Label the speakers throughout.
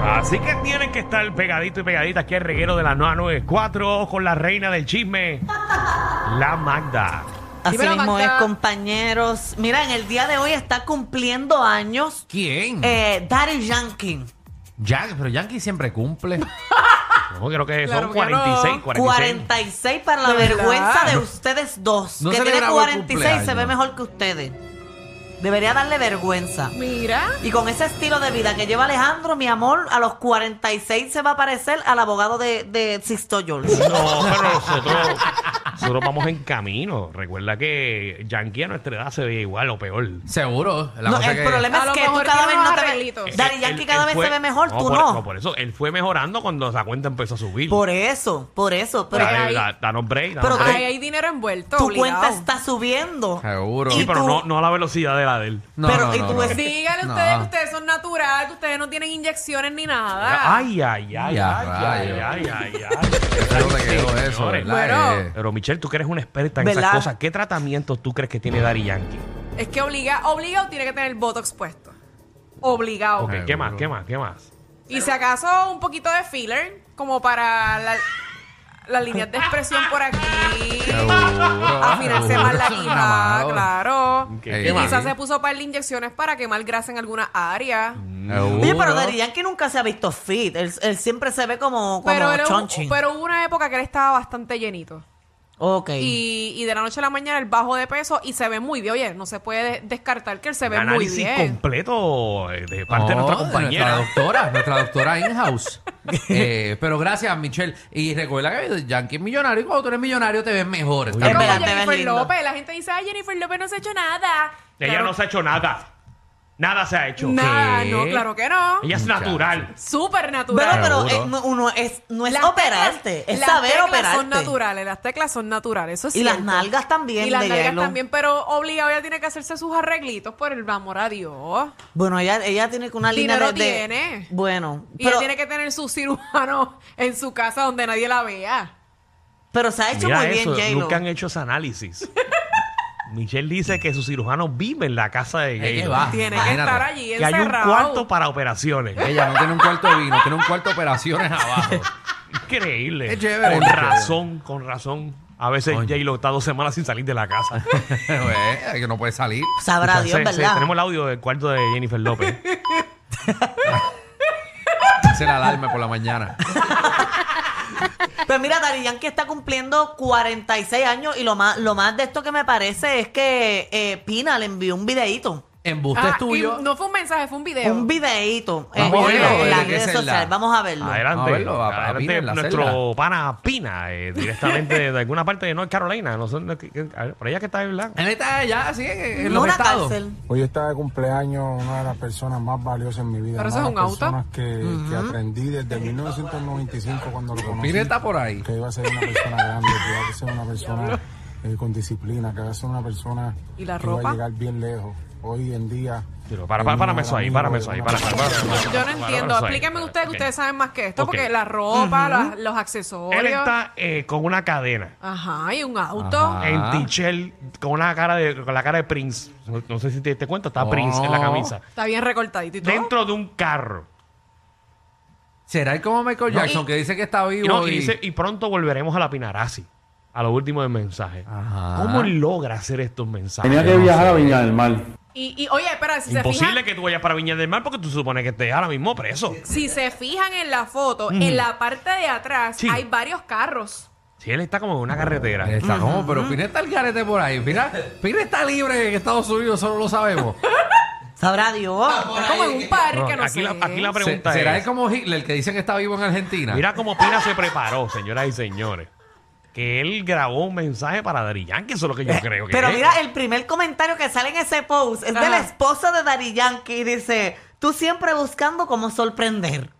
Speaker 1: Así que tienen que estar pegadito y pegadita aquí el reguero de la 994 con la reina del chisme, la Magda.
Speaker 2: Así
Speaker 3: Dímelo,
Speaker 2: mismo
Speaker 3: Magda.
Speaker 2: es, compañeros. Mira, en el día de hoy está cumpliendo años
Speaker 4: ¿Quién?
Speaker 2: eh, Daddy Yankee.
Speaker 4: Yankee, pero Yankee siempre cumple.
Speaker 1: No, creo que
Speaker 3: Claro
Speaker 1: son
Speaker 3: que no.
Speaker 1: 46, 46.
Speaker 2: 46 para la
Speaker 3: ¿De verdad?
Speaker 2: vergüenza de ustedes dos.
Speaker 4: No
Speaker 2: que
Speaker 4: se le
Speaker 2: tiene
Speaker 4: grabó el
Speaker 2: 46 se ve
Speaker 4: cumpleaños.
Speaker 2: mejor que ustedes. Debería darle vergüenza.
Speaker 3: Mira.
Speaker 2: Y con ese estilo de vida que lleva Alejandro, mi amor, a los 46 se va a parecer al abogado de, de Sixto George.
Speaker 1: No, pero nosotros, nosotros vamos en camino. Recuerda que Yankee a nuestra edad se veía igual o peor.
Speaker 4: Seguro. la
Speaker 2: No,
Speaker 4: cosa
Speaker 2: el
Speaker 4: que- Eh,
Speaker 2: problema
Speaker 3: A
Speaker 2: es
Speaker 3: lo
Speaker 2: que tú
Speaker 3: mejor
Speaker 2: cada vez
Speaker 3: tiene
Speaker 2: no
Speaker 3: unos
Speaker 2: te
Speaker 3: arreglitos.
Speaker 2: ves. Daddy
Speaker 1: Él-
Speaker 2: Yankee
Speaker 1: él-
Speaker 2: cada
Speaker 1: él
Speaker 2: vez
Speaker 1: fue-
Speaker 2: se ve mejor, tú
Speaker 1: por,
Speaker 2: no.
Speaker 1: Por eso, él fue mejorando cuando esa cuenta empezó a subir.
Speaker 2: Por eso, por eso. Pero
Speaker 1: Dale,
Speaker 3: ahí-
Speaker 1: da- danos break, danos
Speaker 2: Pero
Speaker 1: break.
Speaker 3: Ahí hay dinero envuelto.
Speaker 2: tu
Speaker 3: obligado.
Speaker 2: cuenta está subiendo.
Speaker 4: Seguro.
Speaker 2: y
Speaker 1: Sí, pero
Speaker 2: tú-
Speaker 1: no, no a la velocidad de la de él.
Speaker 4: No,
Speaker 2: pero-
Speaker 4: no,
Speaker 2: y
Speaker 4: no,
Speaker 2: tú
Speaker 4: no.
Speaker 2: es-
Speaker 3: Díganle
Speaker 4: No.
Speaker 3: ustedes que ustedes son naturales, que ustedes no tienen inyecciones ni nada.
Speaker 1: Ay, ay, ay, ay,
Speaker 4: Ya,
Speaker 1: ay,
Speaker 4: rayo.
Speaker 1: ay, ay, ay.
Speaker 4: Seguro te quedó
Speaker 1: Señores.
Speaker 4: eso, ¿verdad?
Speaker 3: Bueno.
Speaker 4: Eh,
Speaker 1: Pero Michelle, tú que eres una experta en
Speaker 2: ¿Verdad?
Speaker 1: esas cosas, ¿qué tratamientos tú crees que tiene Dari Yankee?
Speaker 3: Es que obliga, obligado tiene que tener botox puesto. Obligado.
Speaker 1: Ok, ¿qué
Speaker 4: Seguro.
Speaker 1: más? ¿Qué más? ¿Qué más?
Speaker 3: Y si acaso un poquito de filler, como para la- las líneas de expresión por aquí.
Speaker 4: Seguro.
Speaker 3: Afinarse
Speaker 4: seguro.
Speaker 3: más la
Speaker 4: Eso es
Speaker 3: quijada,
Speaker 4: mamado.
Speaker 3: claro.
Speaker 1: Ok,
Speaker 4: Ey.
Speaker 3: Y
Speaker 1: ¿Qué más?
Speaker 3: quizás se puso un par de inyecciones para quemar grasa en alguna área.
Speaker 2: Mm.
Speaker 4: Seguro.
Speaker 2: Oye, pero Daddy Yankee nunca se ha visto fit. Él, él siempre se ve como, como
Speaker 3: Pero, él-
Speaker 2: chonchin.
Speaker 3: pero hubo una época que él estaba bastante llenito.
Speaker 2: ok.
Speaker 3: Y, y de la noche a la mañana el bajo de peso y se ve muy bien. Oye, no se puede descartar que él se ve muy
Speaker 1: Análisis
Speaker 3: bien.
Speaker 1: completo eh, de parte de nuestra
Speaker 4: No,
Speaker 1: compañera.
Speaker 4: nuestra doctora, nuestra doctora in-house. Eh, pero gracias, Michelle. Y recuerda que Yankee es millonario y cuando tú eres millonario te ves mejor.
Speaker 3: Es
Speaker 4: Está
Speaker 2: Espera,
Speaker 3: como
Speaker 2: te ves
Speaker 3: Jennifer
Speaker 2: lindo.
Speaker 3: López. La gente dice, ay, Jennifer López no se ha hecho nada.
Speaker 1: Ella
Speaker 3: Claro
Speaker 1: no se ha hecho nada. Nada se ha hecho.
Speaker 3: Nada,
Speaker 4: ¿Qué?
Speaker 3: no, claro que no.
Speaker 1: Ella es
Speaker 4: Muchacho.
Speaker 1: natural.
Speaker 3: Súper
Speaker 2: Bueno,
Speaker 3: natural.
Speaker 2: pero
Speaker 4: Seguro.
Speaker 2: eh, no, uno es, no es
Speaker 3: Las
Speaker 2: operarte,
Speaker 3: teclas-
Speaker 2: es
Speaker 3: las
Speaker 2: saber
Speaker 3: teclas
Speaker 2: operarte.
Speaker 3: son naturales, las teclas son naturales, eso es
Speaker 2: Y las
Speaker 3: cierto.
Speaker 2: nalgas también,
Speaker 3: Y las
Speaker 2: de
Speaker 3: nalgas
Speaker 2: hielo.
Speaker 3: también, pero obligado ella tiene que hacerse sus arreglitos por el amor a Dios.
Speaker 2: Bueno, ella, ella tiene que una línea de,
Speaker 3: Dinero
Speaker 2: de-
Speaker 3: tiene.
Speaker 2: Bueno,
Speaker 3: Y
Speaker 2: pero,
Speaker 3: ella tiene que tener su cirujano en su casa donde nadie la vea.
Speaker 2: pero se ha hecho
Speaker 1: Mira
Speaker 2: muy
Speaker 1: eso,
Speaker 2: bien,
Speaker 1: nunca han
Speaker 2: J-Lo.
Speaker 1: hecho ese análisis. Michelle dice que su cirujano vive en la casa de
Speaker 4: Ey,
Speaker 1: Jay.
Speaker 4: ¿qué va?
Speaker 3: Tiene que
Speaker 4: Imagínate.
Speaker 3: estar allí
Speaker 1: Que hay un
Speaker 3: encerrado.
Speaker 1: cuarto para operaciones.
Speaker 4: Ella no tiene un cuarto de vino, tiene un cuarto de operaciones abajo.
Speaker 1: Increíble.
Speaker 4: Es chévere,
Speaker 1: Con
Speaker 4: es chévere.
Speaker 1: razón, con razón. A veces
Speaker 4: Coño.
Speaker 1: Jay lo está dos semanas sin salir de la casa.
Speaker 4: Eh, que no puede salir.
Speaker 2: Sabrá Dios,
Speaker 1: Entonces, sí,
Speaker 2: ¿verdad?
Speaker 1: tenemos el audio del cuarto de Jennifer López.
Speaker 4: Se la alarma por la mañana.
Speaker 2: Pues mira, Daddy Yankee está cumpliendo 46 años y lo más, lo más de esto que me parece es que eh, Pina le envió un videíto.
Speaker 4: Embuste
Speaker 3: Ah,
Speaker 4: es tuyo.
Speaker 3: y no fue un mensaje, fue un video.
Speaker 2: Un videíto en,
Speaker 4: Vamos
Speaker 3: a verlo,
Speaker 2: en las
Speaker 3: ¿de qué
Speaker 2: redes
Speaker 4: celda?
Speaker 2: sociales. Vamos a verlo.
Speaker 1: Adelante,
Speaker 4: A verlo, a- a
Speaker 1: adelante
Speaker 4: Pina en la
Speaker 1: nuestro
Speaker 4: celda.
Speaker 1: pana Pina, eh, directamente de, alguna parte de North Carolina. No sé, no- que- que- a ver, por allá que está, ¿verdad?
Speaker 4: Él está allá, sí, en, en
Speaker 2: No
Speaker 4: los
Speaker 2: una
Speaker 4: estados.
Speaker 2: cárcel.
Speaker 5: Hoy está de cumpleaños una de las personas más valiosas en mi vida.
Speaker 3: Pero
Speaker 5: una
Speaker 3: eso es
Speaker 5: de las
Speaker 3: un
Speaker 5: personas que, que aprendí desde 1995 cuando lo conocí.
Speaker 4: Mira, está por ahí.
Speaker 5: Que iba a ser una persona grande, que iba a ser una persona eh, con disciplina, que iba a ser una persona
Speaker 3: ¿Y la
Speaker 5: que iba
Speaker 3: ropa?
Speaker 5: a llegar bien lejos. Hoy en día...
Speaker 1: Pero para, para, párame eso ahí, párame eso ahí, para, para, para, para, para,
Speaker 3: Yo no
Speaker 1: para,
Speaker 3: entiendo.
Speaker 1: para eso ahí.
Speaker 3: Explíquenme ustedes que
Speaker 1: Ok.
Speaker 3: ustedes saben más que esto,
Speaker 1: Ok.
Speaker 3: porque la ropa, las- los accesorios.
Speaker 1: Él está eh, con una cadena.
Speaker 3: Ajá, y un auto.
Speaker 4: Ajá.
Speaker 1: En Tichel, con una cara de, con la cara de Prince. No, no sé si te diste cuenta, está
Speaker 4: Oh.
Speaker 1: Prince en la camisa.
Speaker 3: Está bien recortadito y todo.
Speaker 1: Dentro de un carro.
Speaker 4: ¿Será él como Michael
Speaker 1: No,
Speaker 4: Jackson
Speaker 1: y-
Speaker 4: que dice que está
Speaker 1: Y,
Speaker 4: vivo?
Speaker 1: no, y
Speaker 4: y-
Speaker 1: dice, y pronto volveremos a la Pinarasi. A lo último del mensaje.
Speaker 4: Ajá.
Speaker 1: ¿Cómo él logra hacer estos mensajes?
Speaker 6: Tenía que viajar a Viña del Mar.
Speaker 3: Y, y, oye, espera, si se
Speaker 1: Imposible
Speaker 3: fijan.
Speaker 1: que tú vayas para Viña del Mar porque tú supones que estés ahora mismo preso.
Speaker 3: Si se fijan en la foto, en la parte de atrás
Speaker 1: Sí.
Speaker 3: hay varios carros.
Speaker 1: Si él está como en una carretera.
Speaker 4: Él Está como, pero Pina está el garete por ahí. Pina, Pina está libre en Estados Unidos, solo lo sabemos.
Speaker 2: Sabrá Dios.
Speaker 3: Está como en un parque,
Speaker 1: No,
Speaker 3: que no
Speaker 1: aquí,
Speaker 3: sé.
Speaker 1: la, aquí la
Speaker 4: Se-
Speaker 1: pregunta
Speaker 4: ¿Será él
Speaker 1: es:
Speaker 4: como Hitler que dicen que está vivo en Argentina?
Speaker 1: Mira cómo Pina se preparó, señoras y señores. Que él grabó un mensaje para Dari Yankee, eso es lo que yo creo que
Speaker 2: Pero
Speaker 1: es.
Speaker 2: mira, el primer comentario que sale en ese post es de
Speaker 3: Ajá.
Speaker 2: la esposa de Daddy Yankee y dice, Tú siempre buscando cómo sorprender.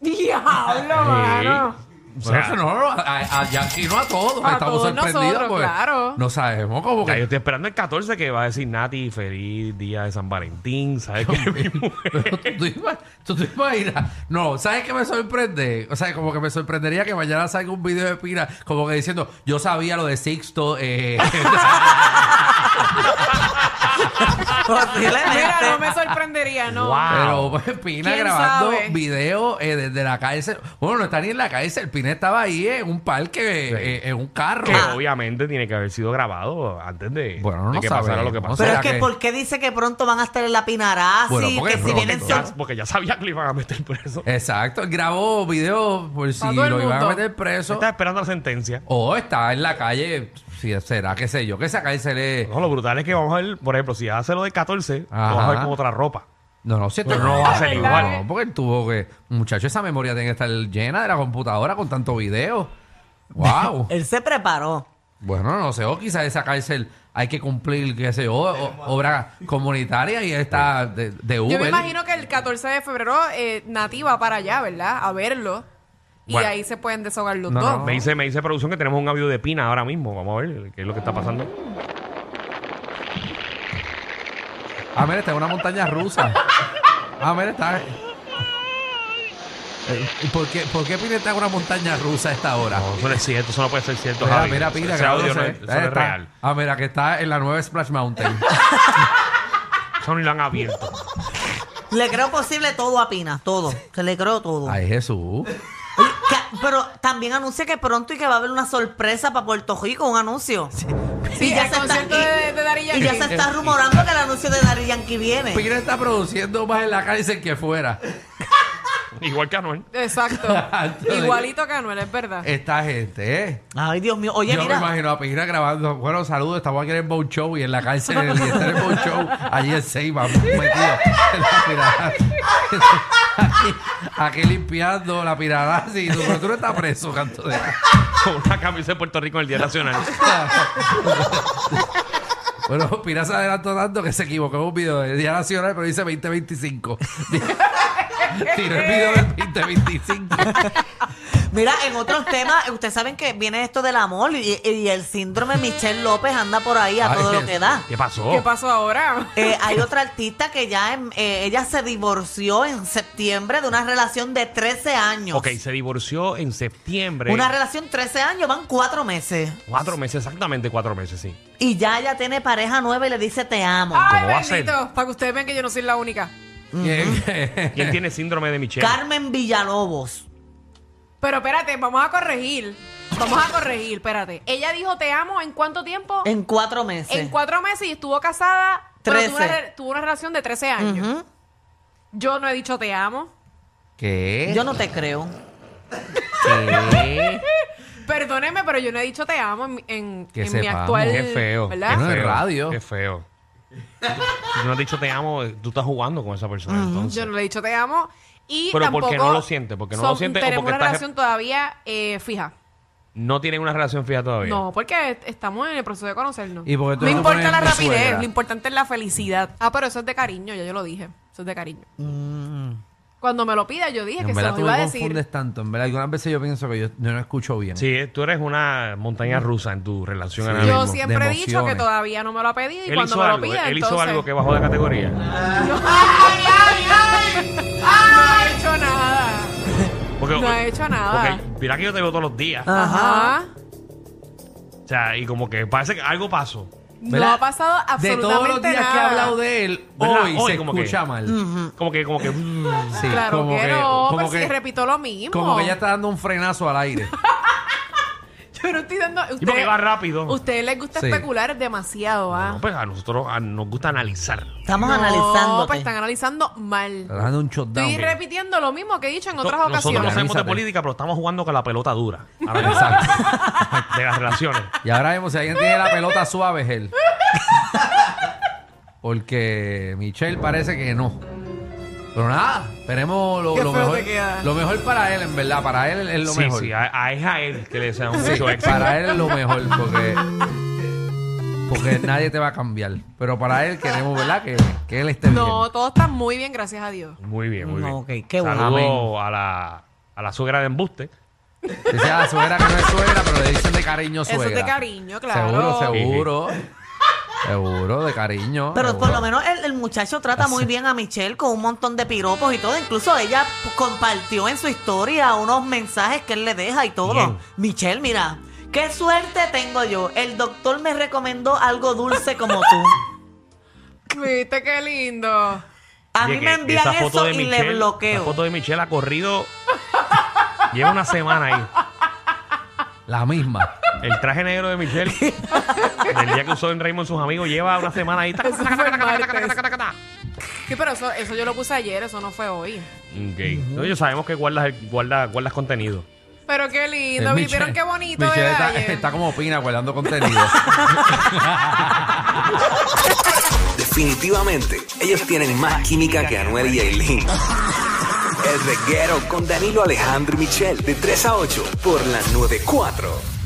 Speaker 3: Diablo, mano.
Speaker 1: O
Speaker 4: Bueno,
Speaker 1: sea,
Speaker 4: eso no, a, a- a Yankee no a todos.
Speaker 3: A
Speaker 4: Estamos
Speaker 3: todos
Speaker 4: sorprendidos
Speaker 3: nosotros,
Speaker 4: porque
Speaker 3: claro.
Speaker 4: no sabemos cómo
Speaker 1: ya yo
Speaker 4: que.
Speaker 1: estoy esperando el 14 que va a decir Nati, feliz día de San Valentín, ¿sabes qué? Mi mujer.
Speaker 4: Pero tú, te ima- tú te imaginas. No, ¿sabes qué me sorprende? O sea, como que me sorprendería que mañana salga un video de Pina como que diciendo, yo sabía lo de Sixto. Eh,
Speaker 3: Mira, no me
Speaker 2: Posiblemente.
Speaker 3: sorprendería, no.
Speaker 1: Wow.
Speaker 4: pero pues, Pina
Speaker 3: ¿Quién
Speaker 4: grabando
Speaker 3: sabe?
Speaker 4: video eh, desde la cárcel. Bueno, no está ni en la cárcel. Pina estaba ahí en un parque,
Speaker 1: Sí.
Speaker 4: eh, en un carro.
Speaker 1: que
Speaker 3: Ah.
Speaker 1: obviamente tiene que haber sido grabado antes de,
Speaker 4: Bueno, no
Speaker 1: de que
Speaker 4: sabemos.
Speaker 1: pasara lo que pasó.
Speaker 2: Pero
Speaker 4: ¿Será
Speaker 2: es que,
Speaker 4: que-
Speaker 2: ¿por qué dice que pronto van a estar en la Pinarasi?
Speaker 4: Bueno, porque
Speaker 2: que si
Speaker 4: pronto.
Speaker 2: vienen...
Speaker 1: Ya-
Speaker 2: sor-
Speaker 1: porque ya sabía que lo iban a meter preso.
Speaker 4: Eh, Exacto. Grabó video por si
Speaker 3: Pa' todo el
Speaker 4: lo iban a
Speaker 3: mundo.
Speaker 4: meter preso.
Speaker 1: Está esperando la sentencia.
Speaker 4: O está en la calle, si será, qué sé yo, que esa calle se le...
Speaker 1: No, lo brutal es que vamos a ver, por ejemplo, si hace lo del 14,
Speaker 4: Ajá.
Speaker 1: vamos a ver con otra ropa.
Speaker 4: No, no, si esto
Speaker 1: Pero Pues no va a ser
Speaker 3: igual.
Speaker 4: No, porque él tuvo que... Muchacho, esa memoria tiene que estar llena de la computadora con tanto video. ¡Wow!
Speaker 2: Él se preparó.
Speaker 4: bueno, no sé, o quizás esa cárcel hay que cumplir, qué sé yo, o- obra comunitaria y está de, de Uber.
Speaker 3: Yo me imagino que el 14 de febrero eh, Nati va para allá, ¿verdad? A verlo. Y
Speaker 1: Bueno.
Speaker 3: ahí se pueden desahogar los
Speaker 4: No,
Speaker 3: dos.
Speaker 4: no.
Speaker 1: Me dice, me dice producción que tenemos un audio de Pina ahora mismo. Vamos a ver qué es lo que está pasando.
Speaker 4: Ah, mira, está en una montaña rusa. Ah, mira, está... Eh, ¿Por qué, ¿Por qué Pina está en una montaña rusa a esta hora?
Speaker 1: No, eso no es cierto, eso no puede ser cierto.
Speaker 4: Mira,
Speaker 1: Javi.
Speaker 4: mira,
Speaker 1: Ese-
Speaker 4: Pina,
Speaker 1: ese
Speaker 4: que no
Speaker 1: audio
Speaker 4: lo
Speaker 1: no,
Speaker 4: sé.
Speaker 1: es- eso
Speaker 4: Ahí
Speaker 1: no es
Speaker 4: está.
Speaker 1: real.
Speaker 4: Ah, mira, que está en la nueva Splash Mountain.
Speaker 1: Eso ni lo han abierto.
Speaker 2: Le creo posible todo a Pina, todo. Se le creo todo.
Speaker 4: Ay, Jesús.
Speaker 2: Oye, que- pero también anuncia que pronto y que va a haber una sorpresa para Puerto Rico, un anuncio.
Speaker 3: Sí, el concierto de, de Daddy
Speaker 2: y- y ya
Speaker 3: Yankee. Pues
Speaker 2: se está rumorando que el anuncio de Dari Yankee viene.
Speaker 4: Pina está produciendo más en la cárcel que fuera.
Speaker 1: Igual que Anuel.
Speaker 3: Exacto. Igualito que Anuel, es verdad.
Speaker 4: Esta gente, ¿eh?
Speaker 2: Ay, Dios mío. Oye,
Speaker 4: Yo me
Speaker 2: mira.
Speaker 4: imagino a Pina grabando. Bueno, saludos, estamos aquí en el Bow Show y en la cárcel en el está en el Bow Show. Allí en Seiba, metido en la pirada. Aquí, aquí limpiando la pirada. Sí, tú, pero tú no estás preso, canto de.
Speaker 1: Con una camisa de Puerto Rico en el Día Nacional.
Speaker 4: Bueno, Pina se adelantó tanto que se equivocó en un video del Día Nacional, pero dice 2025. Tiró el video del 2025.
Speaker 2: Mira, en otros temas, eh, ustedes saben que viene esto del amor y, y el síndrome Michelle López anda por ahí a
Speaker 4: Ay,
Speaker 2: todo lo
Speaker 4: Jesús.
Speaker 2: que da.
Speaker 1: ¿Qué pasó?
Speaker 3: ¿Qué pasó ahora?
Speaker 2: Eh, hay otra artista que ya em, eh, ella se divorció en septiembre de una relación de 13 años.
Speaker 1: Ok, se divorció en septiembre.
Speaker 2: Una relación 13 años, van cuatro meses.
Speaker 1: Cuatro meses, exactamente cuatro meses, sí.
Speaker 2: Y ya ella tiene pareja nueva y le dice te amo.
Speaker 3: Ay,
Speaker 1: va a ser?
Speaker 3: bendito. Para que ustedes vean que yo no soy la única.
Speaker 4: ¿Quién-
Speaker 1: ¿Quién tiene síndrome de Michelle?
Speaker 2: Carmen Villalobos.
Speaker 3: Pero espérate, vamos a corregir. Vamos a corregir, espérate. Ella dijo te amo en cuánto tiempo?
Speaker 2: En cuatro meses.
Speaker 3: En cuatro meses y estuvo casada. pero tuvo, una,
Speaker 2: Trece.
Speaker 3: re- tuvo una relación de 13 años.
Speaker 2: Ujú.
Speaker 3: Yo no he dicho te amo.
Speaker 4: ¿Qué?
Speaker 2: Yo no te creo.
Speaker 4: ¿Qué?
Speaker 3: Perdóneme, pero yo no he dicho te amo en, mi- en-
Speaker 4: Que
Speaker 3: en mi
Speaker 4: sepamos.
Speaker 3: actual.
Speaker 1: Qué feo.
Speaker 3: ¿verdad?
Speaker 4: No,
Speaker 1: Qué
Speaker 4: en
Speaker 1: feo,
Speaker 4: radio.
Speaker 1: Qué feo. Si no has dicho te amo, eh, tú estás jugando con esa persona. entonces.
Speaker 3: Ah, Yo no le he dicho te amo. Y
Speaker 1: Pero ¿por
Speaker 3: tampoco
Speaker 1: qué no lo siente? ¿Por qué no lo siente o
Speaker 3: Tenemos
Speaker 1: porque
Speaker 3: una
Speaker 1: estás-
Speaker 3: relación todavía eh, fija.
Speaker 1: No tienen una relación fija todavía.
Speaker 3: No, porque est- estamos en el proceso de conocernos.
Speaker 4: ¿Y por qué tú
Speaker 3: no
Speaker 4: no te
Speaker 3: importa
Speaker 4: pones
Speaker 3: la
Speaker 4: de
Speaker 3: rapidez,
Speaker 4: suegra?
Speaker 3: lo importante es la felicidad. Ah, pero eso es de cariño, ya yo lo dije. Eso es de cariño. Cuando me lo pida, yo dije que
Speaker 4: Mm. En
Speaker 3: se
Speaker 4: verdad
Speaker 3: lo
Speaker 4: tú
Speaker 3: iba
Speaker 4: me
Speaker 3: a decir.
Speaker 4: confundes tanto. En verdad, algunas veces yo pienso que yo, yo no escucho bien.
Speaker 1: Sí, eh, tú eres una montaña rusa en tu relación
Speaker 4: Sí.
Speaker 1: ahora
Speaker 3: Yo
Speaker 1: mismo.
Speaker 4: sí-
Speaker 3: siempre he dicho que
Speaker 4: emociones.
Speaker 3: todavía no me lo ha pedido y
Speaker 1: Él
Speaker 3: cuando
Speaker 1: hizo
Speaker 3: me lo
Speaker 1: algo,
Speaker 3: pida,
Speaker 1: él
Speaker 3: entonces...
Speaker 1: hizo algo que bajó de categoría.
Speaker 3: ¡Ay, ay, ay! ¡Ay! No he hecho nada.
Speaker 1: Porque-
Speaker 3: No ha hecho nada. Ah.
Speaker 1: porque mira que yo te veo todos los días.
Speaker 3: Ajá.
Speaker 1: O sea, y como que parece que algo pasó.
Speaker 3: No
Speaker 4: ¿Verdad?
Speaker 3: ha pasado
Speaker 4: De
Speaker 3: absolutamente nada.
Speaker 4: todos los días que he hablado de él,
Speaker 1: ¿Verdad?
Speaker 4: hoy,
Speaker 1: Hoy
Speaker 4: se
Speaker 1: como que-
Speaker 4: escucha mal.
Speaker 1: Como que, como que. mm,
Speaker 4: Sí,
Speaker 3: Claro
Speaker 4: este, como
Speaker 3: que,
Speaker 4: que,
Speaker 3: no,
Speaker 4: como
Speaker 3: pero
Speaker 4: que,
Speaker 3: si repito lo mismo.
Speaker 4: como que ella está dando un frenazo al aire.
Speaker 3: Yo no estoy dando...
Speaker 1: y porque
Speaker 3: ustedes-
Speaker 1: va rápido.
Speaker 3: Ustedes les gusta
Speaker 4: Sí.
Speaker 3: especular demasiado, ¿ah?
Speaker 1: No, pues a nosotros a- nos gusta analizar.
Speaker 2: Estamos
Speaker 3: No,
Speaker 2: analizando.
Speaker 3: pues están analizando mal.
Speaker 4: Está dando un
Speaker 3: Estoy
Speaker 4: shutdown.
Speaker 3: repitiendo lo mismo que he dicho en otras
Speaker 1: Nosotros no
Speaker 3: ocasiones.
Speaker 1: sabemos de
Speaker 4: Analízate.
Speaker 1: política, pero estamos jugando con la pelota dura.
Speaker 4: Exacto.
Speaker 1: de las relaciones.
Speaker 4: Y ahora mismo, si alguien tiene la pelota suave, es él. Porque Michelle parece que no. Pero nada, tenemos lo,
Speaker 3: Qué
Speaker 4: lo
Speaker 3: feo
Speaker 4: mejor.
Speaker 3: te queda.
Speaker 4: Lo mejor para él, en verdad. Para él es lo
Speaker 1: sí,
Speaker 4: mejor.
Speaker 1: sí, a, a- es a él que le deseamos
Speaker 4: Sí,
Speaker 1: mucho éxito.
Speaker 4: para él es lo mejor porque Porque nadie te va a cambiar. Pero para él queremos, ¿verdad? Que, que él esté
Speaker 3: No,
Speaker 4: bien.
Speaker 3: todo está muy bien, gracias a Dios.
Speaker 1: Muy bien, muy
Speaker 2: No,
Speaker 1: bien.
Speaker 2: ok, qué bueno.
Speaker 1: Saludo a la, a la suegra de embuste.
Speaker 4: Dice a la suegra que no es suegra, pero le dicen de cariño
Speaker 3: Eso es
Speaker 4: suegra.
Speaker 3: de cariño, claro.
Speaker 4: Seguro, seguro. seguro, de cariño.
Speaker 2: Pero por lo
Speaker 4: seguro.
Speaker 2: menos el, el muchacho trata muy bien a Michelle con un montón de piropos y todo. Incluso ella p- compartió en su historia unos mensajes que él le deja y todo.
Speaker 1: Bien.
Speaker 2: Michelle, mira, qué suerte tengo yo. El doctor me recomendó algo dulce como tú.
Speaker 3: ¿Viste qué lindo?
Speaker 2: A
Speaker 1: Oye,
Speaker 2: mí
Speaker 1: que
Speaker 2: me envían
Speaker 1: esa foto
Speaker 2: eso
Speaker 1: de
Speaker 2: y
Speaker 1: Michelle-
Speaker 2: le
Speaker 1: La
Speaker 2: bloqueo.
Speaker 1: foto de Michelle ha corrido. lleva una semana ahí.
Speaker 4: La misma.
Speaker 1: El traje negro de Michelle. del día que usó en Raymond sus amigos. Lleva una semana ahí.
Speaker 3: Eso fue el martes. Sí, pero eso, eso yo lo puse ayer, eso no fue hoy.
Speaker 1: Ok. Ellos sabemos que guardas, el- guarda- guardas contenido.
Speaker 3: Pero qué
Speaker 4: Eh,
Speaker 3: lindo,
Speaker 4: Michelle-
Speaker 3: ¿vieron qué bonito
Speaker 4: Michelle
Speaker 3: era
Speaker 4: está,
Speaker 3: ayer?
Speaker 4: está como Pina guardando contenido.
Speaker 6: Definitivamente, ellos tienen más química que Anuel y Aileen. El reguero con Danilo Alejandro y Michel, de 3 a 8, por la 94.